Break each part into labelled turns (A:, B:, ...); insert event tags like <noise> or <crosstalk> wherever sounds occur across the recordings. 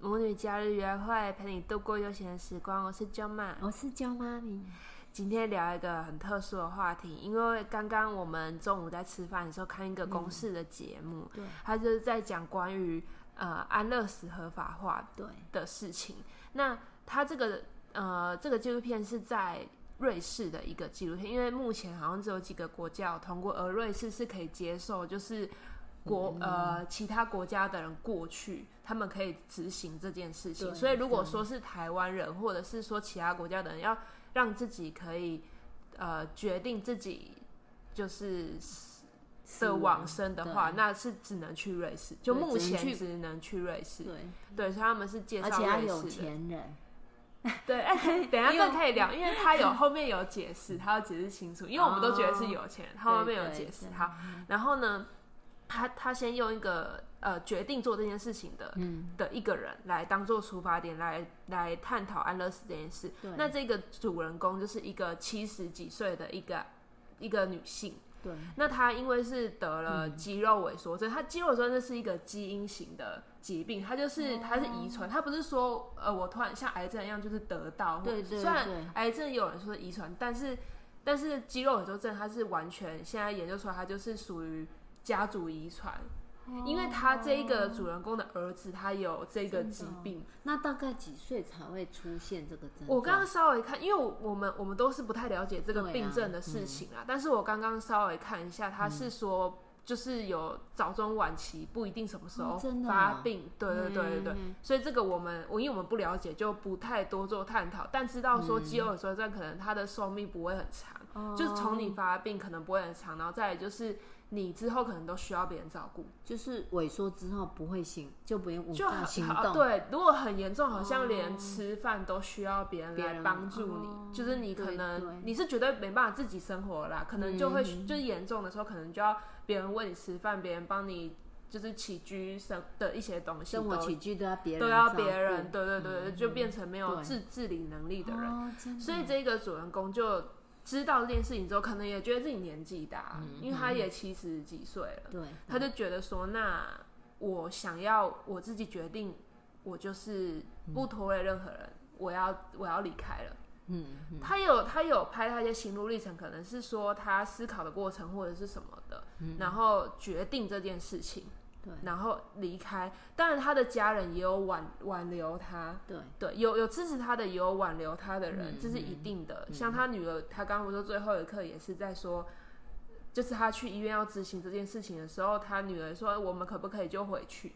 A: 母女交流约会，陪你度过悠闲的时光。我是 Jo 妈，
B: 我是焦妈咪。
A: 今天聊一个很特殊的话题，因为刚刚我们中午在吃饭的时候看一个公视的节目，
B: 对
A: 他就是在讲关于呃安乐死合法化
B: 对，
A: 的事情。那他这个呃这个纪录片是在瑞士的一个纪录片，因为目前好像只有几个国家有通过，而瑞士是可以接受，就是国、
B: 嗯
A: 呃其他国家的人过去，他们可以执行这件事情。
B: 对
A: 所以如果说是台湾人，或者是说其他国家的人，要让自己可以呃决定自己就是
B: 死
A: 的
B: 亡
A: 往生的话，
B: 对
A: 那是只能去瑞士，就
B: 对
A: 目
B: 只能
A: 前
B: 去
A: 只能去瑞士。
B: 对，
A: 对，所以他们是介绍
B: 而且他
A: 瑞
B: 有
A: 士的。
B: 钱人，
A: 对，
B: <laughs>
A: 哎，等一下
B: 因为哦
A: 这可以聊，因为他有后面有解释，他要解释清楚，因为我们都觉得是有钱人，他后面有解释
B: 对对
A: 好，然后呢，他他先用一个呃决定做这件事情的
B: 嗯，
A: 的一个人来当做出发点来来探讨安乐死这件事。
B: 对，
A: 那这个主人公就是一个七十几岁的一个一个女性，
B: 对
A: 那她因为是得
B: 嗯
A: 了肌肉萎缩症，她肌肉萎缩症是一个基因型的疾病，它就是、
B: 哦
A: 它是遗传，它不是说呃我突然像癌症一样就是得到，
B: 对对
A: 虽然
B: 对
A: 癌症有人说是遗传，但是但是肌肉萎缩症它是完全现在研究出来它就是属于家族遗传，因为他这一
B: 哦
A: 个主人公的儿子他有这个疾病，
B: 那大概几岁才会出现这个症状？
A: 我刚刚稍微看，因为我我们我们都是不太了解这个
B: 对啊
A: 病症的事情啊，但是我刚刚稍微看一下，他是说就是有早中晚期，不一定什么时候
B: 哦真的啊嗯
A: 发病，对对对对对，所以这个我们我因为我们不了解，就不太多做探讨，但知道
B: 嗯
A: 说肌肉萎缩症可能它的寿命不会很长，
B: 哦
A: 就是从你发病可能不会很长，然后再来就是你之后可能都需要别人照顾。
B: 就是萎缩之后不会行，就不用无
A: 就好
B: 法行
A: 好
B: 动，哦
A: 对，如果很严重，好像连吃饭都需要别人
B: 别
A: 来
B: 人
A: 帮助你，
B: 哦
A: 就是你可
B: 对对嗯
A: 能你是绝对没办法自己生活啦，可能就会、就是严重的时候，可能就要别人喂你吃饭，别人帮你就是起居生的一些东西
B: 生活
A: 都
B: 起居都要别人
A: 都要
B: 照
A: 别
B: 顾嗯
A: 人，对对对，对就变成没有
B: 对
A: 自自理能力的人。
B: 哦真的
A: 所以这个主人公就知道这件事情之后，可能也觉得自己年纪大，
B: 嗯
A: 因为他也七十几岁了，
B: 对
A: 他就觉得说，那我想要我自己决定，我就是不拖累任何人，我要我要离开了。
B: 嗯，
A: 他有他有拍他一些心路历程，可能是说他思考的过程或者是什么的，然后决定这件事情，
B: 嗯对
A: 然后离开。当然，他的家人也有挽挽留他，
B: 对
A: 对，有有支持他的，也有挽留他的
B: 嗯
A: 人，这是一定的。像他女儿，他刚刚不是说最后一刻也是在说，就是他去医院要执行这件事情的时候，他女儿说：“我们可不可以就回去？”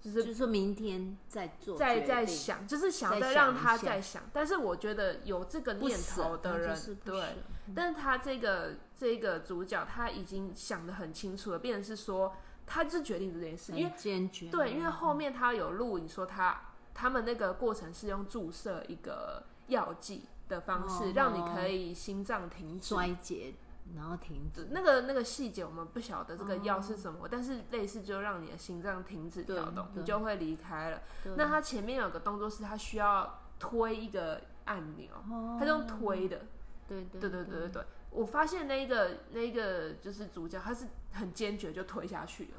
A: 就是
B: 就是明天再做
A: 在
B: 决
A: 在
B: 定
A: 想，就是想
B: 再
A: 再让
B: 想一
A: 他
B: 下
A: 再想。但是我觉得有这个
B: 不
A: 念
B: 舍
A: 头的
B: 他就
A: 人
B: 是，不
A: 对
B: 舍，嗯
A: 但是他这个这个主角他已经想得很清楚了，变成是说，他就决定这件事，因为
B: 很坚决
A: 对，因为后面他有录影说他他们那个过程是用注射一个药剂的方式，
B: 哦
A: 让你可以心脏停止。
B: 衰竭，然后停止，
A: 那个那个细节我们不晓得这个药是什么，但是类似就让你的心脏停止跳动，
B: 哦对
A: 你就会离开了
B: 对。
A: 那他前面有个动作是他需要推一个按钮，
B: 哦
A: 他是用推的，
B: 对对
A: 对对对对对，我发现那一个那一个就是主角，他是很坚决就推下去了。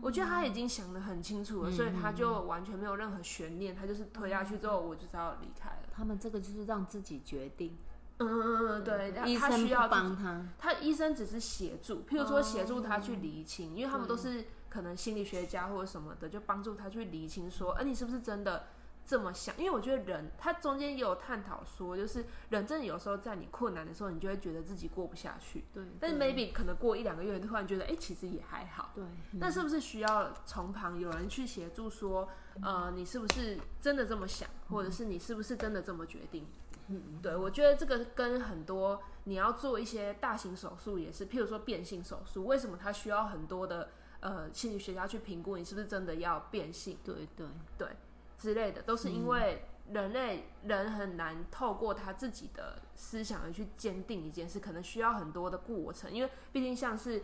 A: 我觉得他已经想得很清楚了，所以他就完全没有任何悬念，他就是推下去之后，我就知道离开了。
B: 他们这个就是让自己决定，
A: 嗯嗯嗯嗯，对，他
B: 医
A: 他
B: 生
A: 需要
B: 不
A: 自己
B: 帮他，
A: 他医生只是协助，譬如说协助他去厘清，因为他们都是可能心理学家或者什么的，就帮助他去厘清说，哎、你是不是真的这么想？因为我觉得人他中间也有探讨说，就是人真的有时候在你困难的时候，你就会觉得自己过不下去，
B: 对，
A: 但是
B: 对
A: maybe 可能过一两个月，突然觉得，哎、其实也还好。
B: 对，
A: 那是不是需要从旁有人去协助说，呃，你是不是真的这么想，或者是你是不是真的这么决定？嗯，对，我觉得这个跟很多你要做一些大型手术也是，譬如说变性手术，为什么它需要很多的呃心理学家去评估你是不是真的要变性
B: 对对
A: 之类的，都是因为
B: 嗯
A: 人类、人很难透过他自己的思想而去坚定一件事，可能需要很多的过程，因为毕竟像是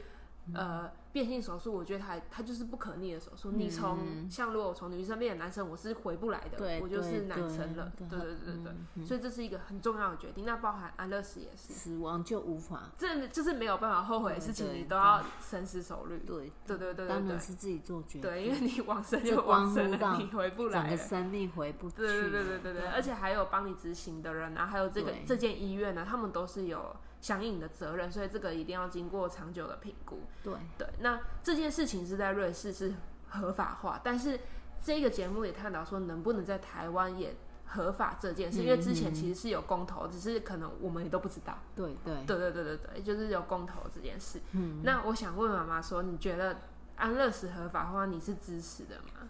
B: 嗯
A: 呃，变性手术，我觉得它它就是不可逆的手术。你从像如果我从女生变成男生，我是回不来的，
B: 嗯对
A: 我就是
B: 对
A: 男生了。
B: 对嗯
A: 对对对对对，所以这是一个很重要的决定。那包含安乐死也是，
B: 死亡就无法
A: 这就是没有办法后悔的事情，
B: 对对
A: 你都要深思熟虑。
B: 对，
A: 对对对
B: 当
A: 对
B: 然是自己做决
A: 对，
B: 定，
A: 对，因为你往生
B: 这
A: 就往生
B: 关
A: 了，
B: 乎到
A: 你回不
B: 整
A: 来
B: 个
A: 了。
B: 生命回不去，
A: 对对对对对对，而且还有帮你执行的人啊，还有这个
B: 对
A: 这间医院呢、啊他们都是有相应的责任，所以这个一定要经过长久的评估。
B: 对
A: 对，那这件事情是在瑞士是合法化，但是这个节目也探讨说能不能在台湾也合法这件事，因为之前其实是有公投，只是可能我们也都不知道。
B: 对对，
A: 对对对对对，就是有公投这件事。嗯，那我想问妈妈说，你觉得安乐死合法化，你是支持的吗？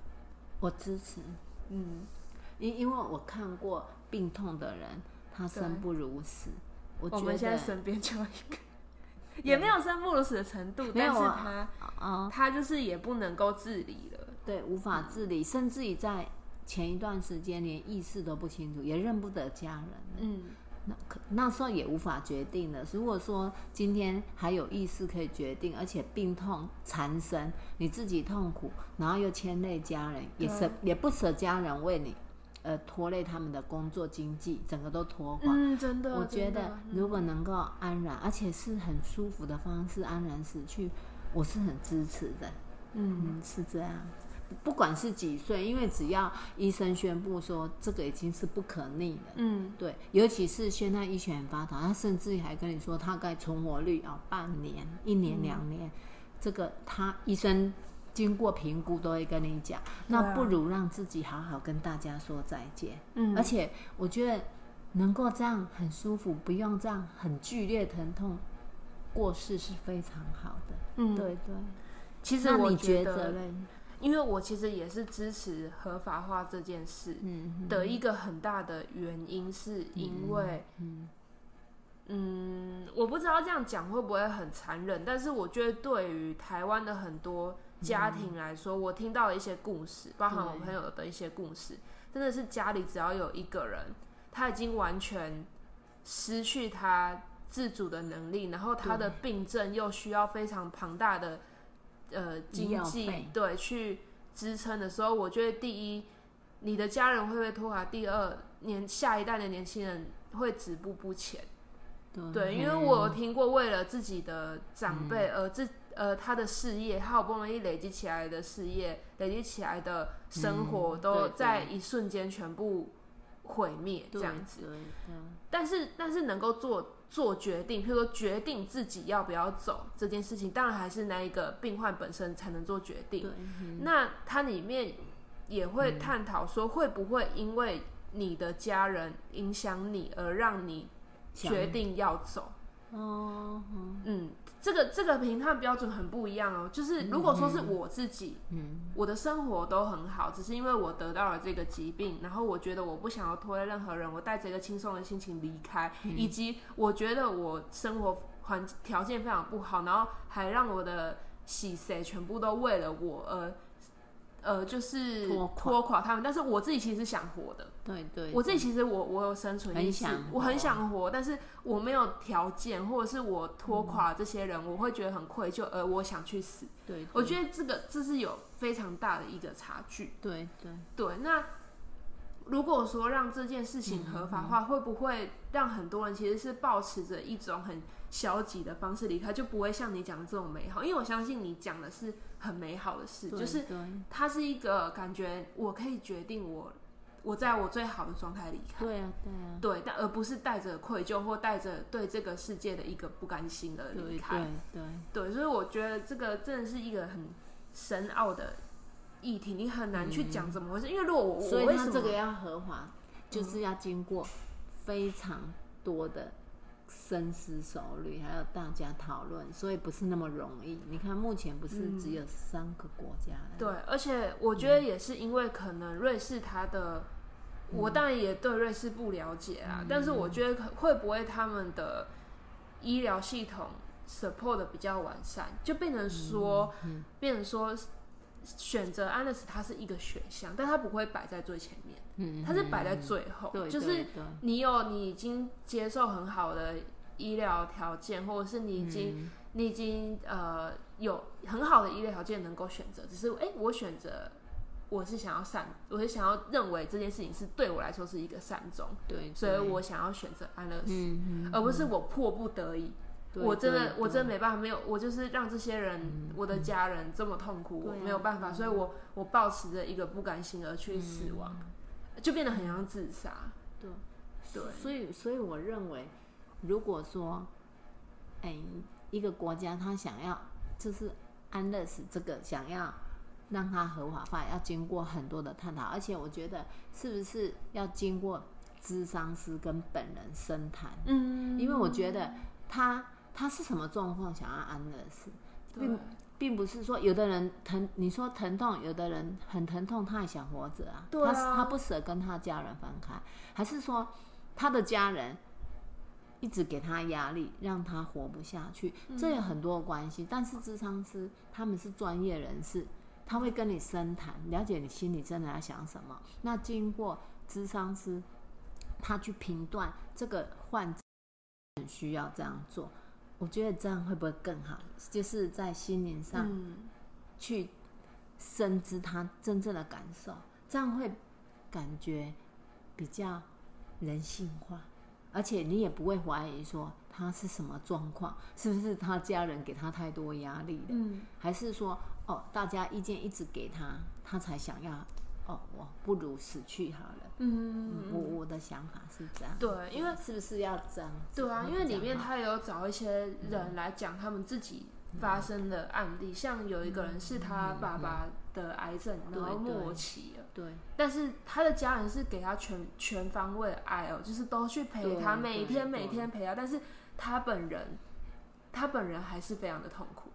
B: 我支持，
A: 嗯，
B: 因因为我看过病痛的人，他生
A: 对
B: 不如死，我
A: 我
B: 觉
A: 们现在
B: 得
A: 身边 <laughs> 就有一个，也没有生不如死的程度，
B: 没
A: 但
B: 有
A: 是
B: 啊
A: 他
B: 啊、
A: 他就是也不能够自理了。
B: 对，无法自理，甚至于在前一段时间连意识都不清楚，也认不得家人了。
A: 嗯，
B: 那可那时候也无法决定了。如果说今天还有意识可以决定，而且病痛缠身，你自己痛苦，然后又牵累家人，也
A: 啊
B: 舍也不舍家人为你，呃，拖累他们的工作经济，整个都拖垮。
A: 嗯，真的，
B: 我觉
A: 真的
B: 得
A: 嗯
B: 如果能够安然，而且是很舒服的方式安然死去，我是很支持的。
A: 嗯
B: 嗯，是这样。不管是几岁，因为只要医生宣布说这个已经是不可逆了，
A: 嗯，
B: 对，尤其是现在医学很发达，他甚至还跟你说大概存活率啊、半年、一
A: 嗯
B: 年、两年，这个他医生经过评估都会跟你讲，
A: 对啊
B: 那不如让自己好好跟大家说再见。
A: 嗯
B: 而且我觉得能够这样很舒服，不用这样很剧烈疼痛过世是非常好的。
A: 嗯，
B: 对对，
A: 其实
B: 那
A: 我
B: 你觉
A: 得，
B: 嘞？
A: 因为我其实也是支持合法化这件事
B: 嗯嗯
A: 的一个很大的原因，是因为，
B: 嗯
A: 嗯，我不知道这样讲会不会很残忍，但是我觉得对于台湾的很多家庭来说，我听到了一些故事，包含我
B: 对
A: 朋友的一些故事，真的是家里只要有一个人，他已经完全失去他自主的能力，然后他的病症又需要非常庞大的呃
B: 医
A: 经
B: 药
A: 济
B: 费
A: 对去支撑的时候，我觉得第一，你的家人会被拖垮；第二，年下一代的年轻人会止步不前。对，因为
B: 嗯嘿嗯
A: 我有听过，为了自己的长辈而自呃他的事业，他好不容易累积起来的事业，累积起来的生活，
B: 嗯
A: 都
B: 对对
A: 在一瞬间全部毁灭这
B: 对
A: 样子。
B: 对对
A: 但是但是能够做做决定，譬如说决定自己要不要走这件事情，当然还是那一个病患本身才能做决定
B: 对。嗯
A: 那它里面也会探讨说，会不会因为你的家人影响你，而让你
B: 想
A: 决定要走？
B: 哦，嗯
A: 嗯，这个这个评判标准很不一样哦。就是如果说是我自己，
B: 嗯，
A: 我的生活都很好，只是因为我得到了这个疾病，然后我觉得我不想要拖累任何人，我带着一个轻松的心情离开，
B: 嗯
A: 以及我觉得我生活环条件非常不好，然后还让我的喜谁全部都为了我而。呃，就是
B: 拖垮
A: 拖垮他们，但是我自己其实是想活的，
B: 对对，嗯
A: 我自己其实我我有生存意识
B: 很想，活
A: 我很想活，但是我没有条件，或者是我拖
B: 嗯
A: 垮了这些人，我会觉得很愧疚，而我想去死。
B: 对，
A: 我
B: 对
A: 觉得这个这是有非常大的一个差距。
B: 对对，
A: 对，那如果说让这件事
B: 嗯
A: 情合法化，会不会让很多人其实是保持着一种很消极的方式离开，就不会像你讲的这种美好？因为我相信你讲的是很美好的事，
B: 对
A: 就是
B: 对
A: 它是一个感觉我可以决定我我在我最好的状态离开，
B: 对啊对啊，
A: 对，但而不是带着愧疚或带着对这个世界的一个不甘心而
B: 对
A: 离
B: 对
A: 开。
B: 对，
A: 对，所以我觉得这个真的是一个很深奥的议题，你很难去讲怎么回事。因为如果我
B: 嗯所
A: 我
B: 以
A: 为
B: 它
A: 什
B: 这个
A: 么
B: 要合法，就是要经过非常多的。深思熟虑，还有大家讨论，所以不是那么容易。你看，目前不是只有三个国家而
A: 嗯
B: 已，
A: 对，而且我觉得也是因为可能瑞士它的，
B: 嗯
A: 我当然也对瑞士不了解啊，但是我觉得可会不会他们的医疗系统 support 的比较完善，就变
B: 嗯
A: 成说，变成说选择安乐死它是一个选项，但它不会摆在最前面，
B: 嗯，
A: 它是摆在最后，
B: 对，
A: 就是
B: 对对
A: 你有你已经
B: 嗯
A: 接受很好的医疗条件，或者是你已经、你已经呃有很好的医疗条件能够选择，只是哎、诶我选择我是想要善，我是想要认为这件事情是对我来说是一个善终，
B: 对，
A: 所以
B: 对
A: 我想要选择安乐死，
B: 嗯，嗯
A: 而不是我迫不得已。
B: 对
A: 我真的
B: 对，
A: 我
B: 对
A: 真的没办法，没有，我就是让这些人，我的家人这么痛苦，我
B: 对啊
A: 没有办法，所以我我抱持着一个不甘心而去死亡，
B: 嗯
A: 就变得很像自杀。
B: 对
A: 对，
B: 所以，所以我认为，如果说，哎、一个国家他想要就是安乐死这个想要让它合法化，要经过很多的探讨，而且我觉得是不是要经过咨商师跟本人深谈，
A: 嗯
B: 因为我觉得他他是什么状况想要安乐死，
A: 对
B: 并并不是说有的人疼，你说疼痛，有的人很疼痛，他也想活着啊，
A: 对啊
B: 他他不舍跟他家人分开，还是说他的家人一直给他压力，让他活不下去，
A: 嗯
B: 这有很多关系。但是智商师他们是专业人士，他会跟你深谈，了解你心里真的在想什么。那经过智商师，他去评断这个患者很需要这样做。我觉得这样会不会更好？就是在心灵上
A: 嗯，
B: 去深知他真正的感受，这样会感觉比较人性化，而且你也不会怀疑说他是什么状况，是不是他家人给他太多压力了，
A: 嗯
B: 还是说哦大家意见一直给他，他才想要哦我不如死去好了。
A: 嗯，
B: 我我的想法是这样，
A: 对，因为
B: 是不是要这样子？
A: 对啊，因为里面
B: 这样好
A: 他有找一些人来讲他们自己
B: 嗯
A: 发生的案例，像有一个人是他爸爸的癌症，
B: 对
A: 然后
B: 嗯对
A: 末期了，
B: 对
A: 但是他的家人是给他全全方位的爱哦，就是都去陪他，
B: 对
A: 每
B: 对
A: 天
B: 对
A: 每天陪他，但是他本人，他本人还是非常的痛苦，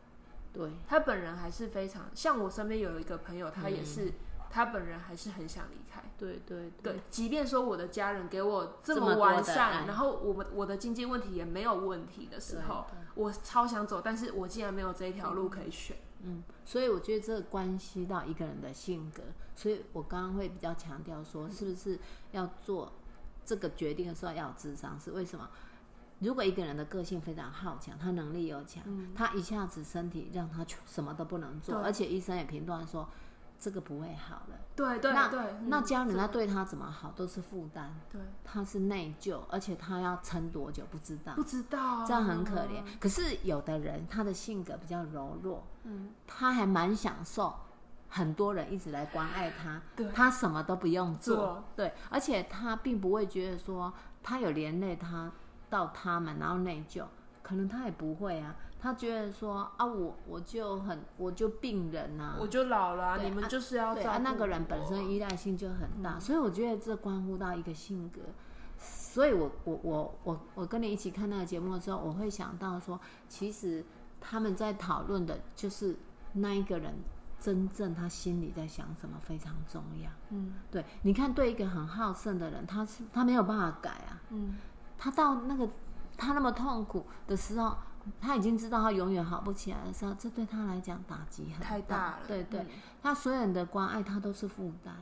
B: 对
A: 他本人还是非常像我身边有一个朋友，
B: 嗯
A: 他也是，他本人还是很想离开。
B: 对对
A: 对，即便说我的家人给我这
B: 这么
A: 么
B: 多
A: 完
B: 的
A: 善，
B: 爱
A: 然后我们我的经济问题也没有问题的时候，我超想走，但是我竟然没有这一条路可以选。
B: 嗯，所以我觉得这关系到一个人的性格，所以我刚刚会比较强调说，是不是要做这个决定的时候要有智商？是为什么？如果一个人的个性非常好强，他能力又强，他一下子身体让他全什么都不能做，
A: 嗯对
B: 而且医生也评断说这个不会好了。
A: 对对
B: 那
A: 对，
B: 那
A: 嗯
B: 家人他对他怎么好都是负担，
A: 对
B: 他是内疚，而且他要撑多久不知道
A: 不，知道，
B: 嗯
A: 啊
B: 这样很可怜。。可是有的人他的性格比较柔弱，
A: 嗯，
B: 他还蛮享受很多人一直来关爱他
A: 对，
B: 他什么都不用做，
A: 做
B: 对，而且他并不会觉得说他有连累他到他们，然后内疚，可能他也不会啊，他觉得说啊，我我就很我就病人啊，
A: 我就老了啊、
B: 对
A: 你们就是要
B: 对
A: 照顾、嗯
B: 啊，那个人本身，依赖性就很大，所以我觉得这关乎到一个性格。所以我，我我我我跟你一起看那个节目的时候，我会想到说，其实他们在讨论的就是那一个人真正他心里在想什么非常重要。
A: 嗯
B: 对，你看，对一个很好胜的人，他是他没有办法改啊，
A: 嗯，
B: 他到那个他那么痛苦的时候，他已经知道他永远好不起来的时候，这对他来讲打击很
A: 太
B: 大
A: 大了，嗯
B: 对对，他所有人的关爱，他都是负担。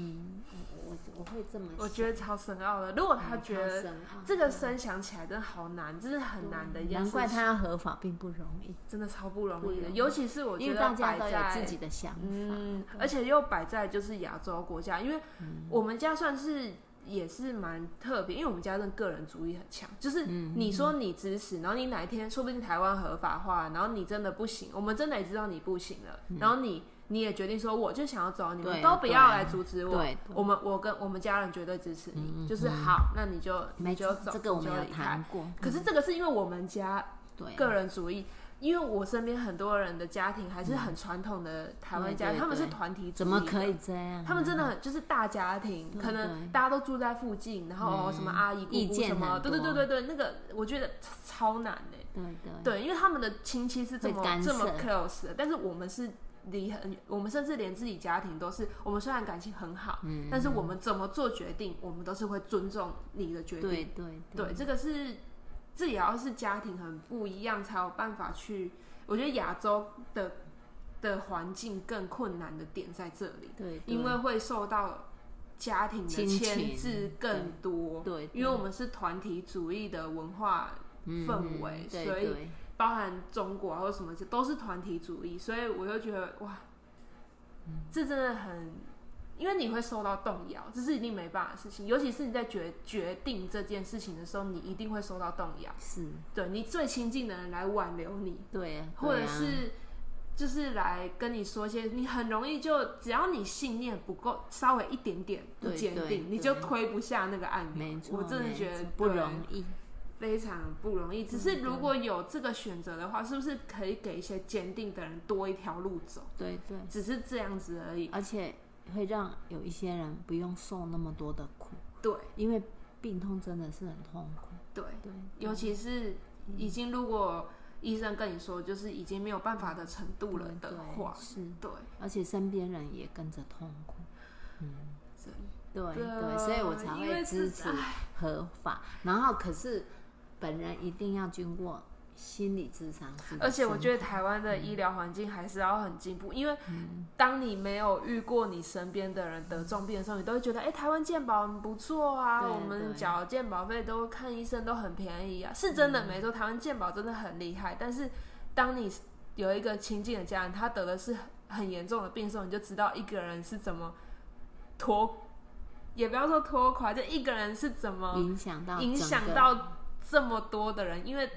B: 嗯，我我我会这么
A: 我觉得超深奥的。如果他
B: 嗯
A: 觉得这个声想起来真的好难，真的很难的一件
B: 难
A: 事
B: 怪
A: 情
B: 哎他要合法并不容易，
A: 真的超不容易
B: 不
A: 的，
B: 容易
A: 尤其是我觉
B: 因为
A: 得
B: 大家
A: 摆
B: 都有
A: 在
B: 自己的想法。
A: 嗯，而且又摆在就是亚洲国家，因为
B: 嗯
A: 我们家算是也是蛮特别，因为我们家真的个人主义很强，就是
B: 嗯
A: 你说你支持，然后你哪一天说不定台湾合法化，然后你真的不行，我们真的也知道你不行了，然后你。你也决定说，我就想要走，你们
B: 嗯对
A: 都
B: 啊
A: 不
B: 对
A: 要
B: 啊
A: 来阻止我
B: 对。嗯
A: 我们我跟我们家人绝对支持你，就是好，那你就你
B: 没
A: 就
B: 错，
A: 走，
B: 这个我
A: 你就
B: 们有
A: 离开
B: 谈过。
A: 可是这个是因为我们家
B: 对啊，
A: 个人主义，因为我身边很多人的家庭还是很传统的台湾家
B: 嗯
A: 庭，
B: 对对
A: 他们是团体主义，
B: 怎么可以？这样啊？
A: 他们真的很就是大家庭，
B: 对嗯
A: 可能大家都住在附近，然后、哦、什么阿姨、
B: 意
A: 姑姑
B: 见
A: 什么，
B: 很
A: 对
B: 多
A: 对对对对，那个我觉得超难的、
B: 对对
A: 对，因为他们的亲戚是这么
B: 嗯会干涉
A: 这么 close 的，但是我们是离很远，我们甚至连自己家庭都是，我们虽然感情很好，
B: 嗯
A: 但是我们怎么做决定，我们都是会尊重你的决定
B: 对对
A: 对，这个是这也要是家庭很不一样，才有办法去。我觉得亚洲的的环境更困难的点在这里，
B: 对，
A: 因为会受到家庭的
B: 亲情
A: 牵制更多。
B: 对，对
A: 呃因为我们是团体主义的文化
B: 嗯
A: 氛围
B: 对
A: 所以
B: 对
A: 包含中国啊或者什么，都是团体主义，所以我就觉得哇，这真的很，因为你会受到动摇，这是一定没办法的事情，尤其是你在决决定这件事情的时候，你一定会受到动摇，
B: 是
A: 对你最亲近的人来挽留你，
B: 对啊，
A: 或
B: 对
A: 者
B: 啊
A: 是就是来跟你说一些，你很容易就只要你信念不够，稍微一点点不
B: 对
A: 坚
B: 对
A: 定，你
B: 对
A: 就推不下那个按钮。
B: 没错，
A: 我真的
B: 没
A: 觉得
B: 错不
A: 对
B: 容易。
A: 非常不容易。只是如果有这个选择的话，是不是可以给一些坚定的人多一条路走？
B: 对对，
A: 只是这样子而已。
B: 而且会让有一些人不用受那么多的苦，
A: 对
B: 因为病痛真的是很痛苦。
A: 对，
B: 对，
A: 尤其是已经如果医生跟你说就是已经没有办法的程度了的
B: 对对
A: 话，
B: 是，
A: 嗯对，
B: 而且身边人也跟着痛苦。嗯
A: 真
B: 对
A: 的啊
B: 对，所以我才
A: 因为
B: 会
A: 这
B: 支持
A: 哎
B: 合法。然后，可是本人一定要经过心理咨商师的审查，
A: 而且我觉得台湾的
B: 嗯
A: 医疗环境还是要很进步，因为当你没有遇过你身边的人得重病的时候，你都会觉得，哎、台湾健保很不错啊，
B: 对
A: 我们
B: 对
A: 缴健保费都看医生都很便宜啊，是真的
B: 嗯
A: 没错，台湾健保真的很厉害。但是当你有一个亲近的家人，他得的是很很严重的病的时候，你就知道一个人是怎么拖，也不要说拖垮，就一个人是怎么
B: 影响到
A: 影
B: 整
A: 响
B: 个嗯
A: 到这么多的人，因为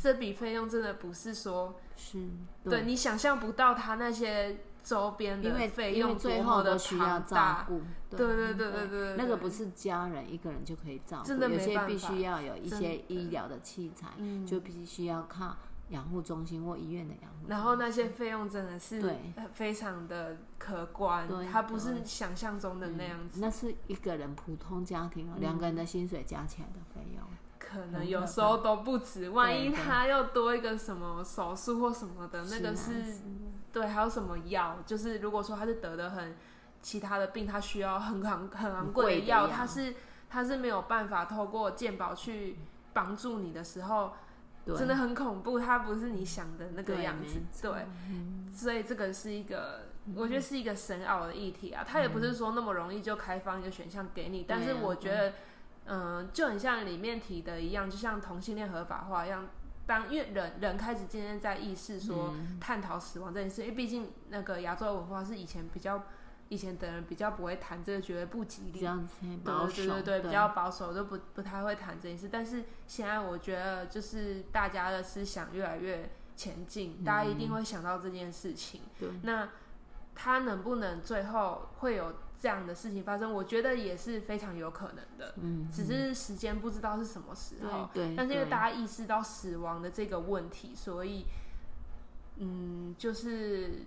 A: 这笔费用真的不是说
B: 是
A: 对你想象不到他那些周边
B: 因
A: 的
B: 为
A: 费
B: 因为
A: 用
B: 最
A: 多
B: 后
A: 么
B: 都
A: 的
B: 需要
A: 庞
B: 照
A: 大，
B: 顾，
A: 对
B: 对
A: 对对对对，
B: 那
A: 对
B: 个不是家人一个人就可以照顾，
A: 真的
B: 有
A: 没
B: 些
A: 办
B: 必
A: 法
B: 须要有一
A: 真
B: 些
A: 的
B: 医疗的器材，
A: 嗯
B: 就必须要靠养护中心或医院的养护。
A: 然后那些费用真的是
B: 对
A: 呃非常的可观
B: 对，
A: 它不是
B: 对
A: 想象中的那样子，嗯
B: 那是一个人普通家庭哦，两个人的薪水加起来的费用，
A: 可
B: 很可
A: 能有时候都不止，万一
B: 对
A: 他又多一个什么手术或什么的，那个
B: 是啊
A: 是对，还有什么药？就是如果说他是得的很其他的病，他需要很昂很昂贵
B: 很贵的
A: 药，
B: 药
A: 他是他是没有办法透过健保去帮助你的时候，
B: 对，
A: 真的很恐怖，它不是你想的那个
B: 对
A: 样子
B: 没。嗯
A: 对，所以这个是一个。我觉得是一个深奥的议题啊，它也不是说那么容易就开放一个选项给你，但是
B: 对啊
A: 我觉得，嗯、就很像里面提的一样，就像同性恋合法化一样，当因为人人开始渐渐在意识说
B: 嗯
A: 探讨死亡这件事，因为毕竟那个亚洲文化是以前比较以前的人比较不会谈这个，觉得不吉
B: 比
A: 利，
B: 较保
A: 对对
B: 守，
A: 对对，比较保守，就不不太会谈这件事。但是现在我觉得，就是大家的思想越来越前进，大家一定会想到这件事情。
B: 嗯对
A: 那他能不能最后会有这样的事情发生？我觉得也是非常有可能的，
B: 嗯，
A: 只是时间不知道是什么时候。
B: 对对，
A: 但是因为
B: 对
A: 大家意识到死亡的这个问题，所以，嗯，就是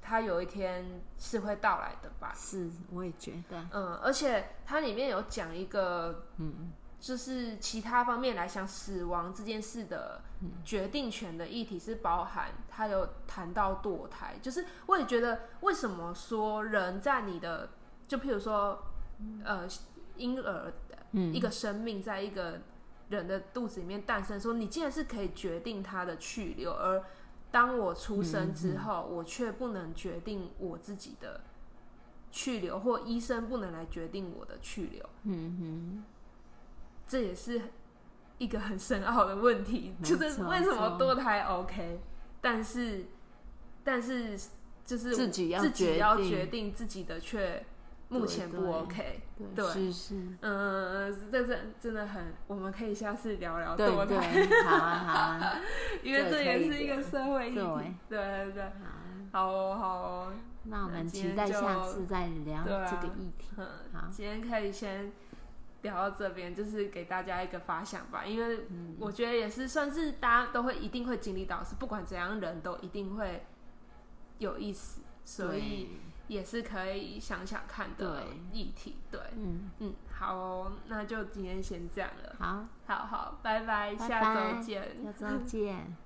A: 它有一天是会到来的吧。
B: 是，我也觉得，
A: 嗯，而且它里面有讲一个，嗯，就是其他方面来讲，死亡这件事的决定权的议题是包含，它有谈到堕胎，就是我也觉得为什么说人在你的，就譬如说，呃，婴儿
B: 嗯，
A: 一个生命在一个人的肚子里面诞生，说你竟然是可以决定它的去留，而当我出生之后，我却不能决定我自己的去留，或医生不能来决定我的去留，
B: 嗯嗯，
A: 这也是一个很深奥的问题，
B: 没
A: 就
B: 错
A: 是为什么
B: 没
A: 堕
B: 错
A: 胎 OK，但是但是就是
B: 自己要
A: 自己
B: 决
A: 要
B: 定
A: 决定自己的却目
B: 对
A: 前不
B: 对
A: OK，对
B: 对，是是，
A: 嗯，这真真的很，我们可以下次聊聊
B: 对
A: 堕胎，
B: 对，好啊好
A: <laughs>
B: 啊，
A: 因为这
B: 这可
A: 也
B: 以
A: 是一个社会议题
B: 对。
A: 对对对，
B: 好啊。
A: 好哦好哦，
B: 那我
A: 那
B: 们
A: 今
B: 期
A: 天
B: 待
A: 就
B: 下次再聊
A: 对啊
B: 这个议题。
A: 嗯，<laughs>
B: 好，
A: 今天可以先聊到这边，就是给大家一个发想吧，因为我觉得也是算是大家都会一定会经历到，是不管怎样人都一定会有意思，所以也是可以想想看的议题。对，
B: 对，嗯，
A: 嗯，好哦，那就今天先这样了。
B: 好，
A: 好好，拜拜，
B: 拜
A: 下
B: 拜
A: 周见。
B: 下周见。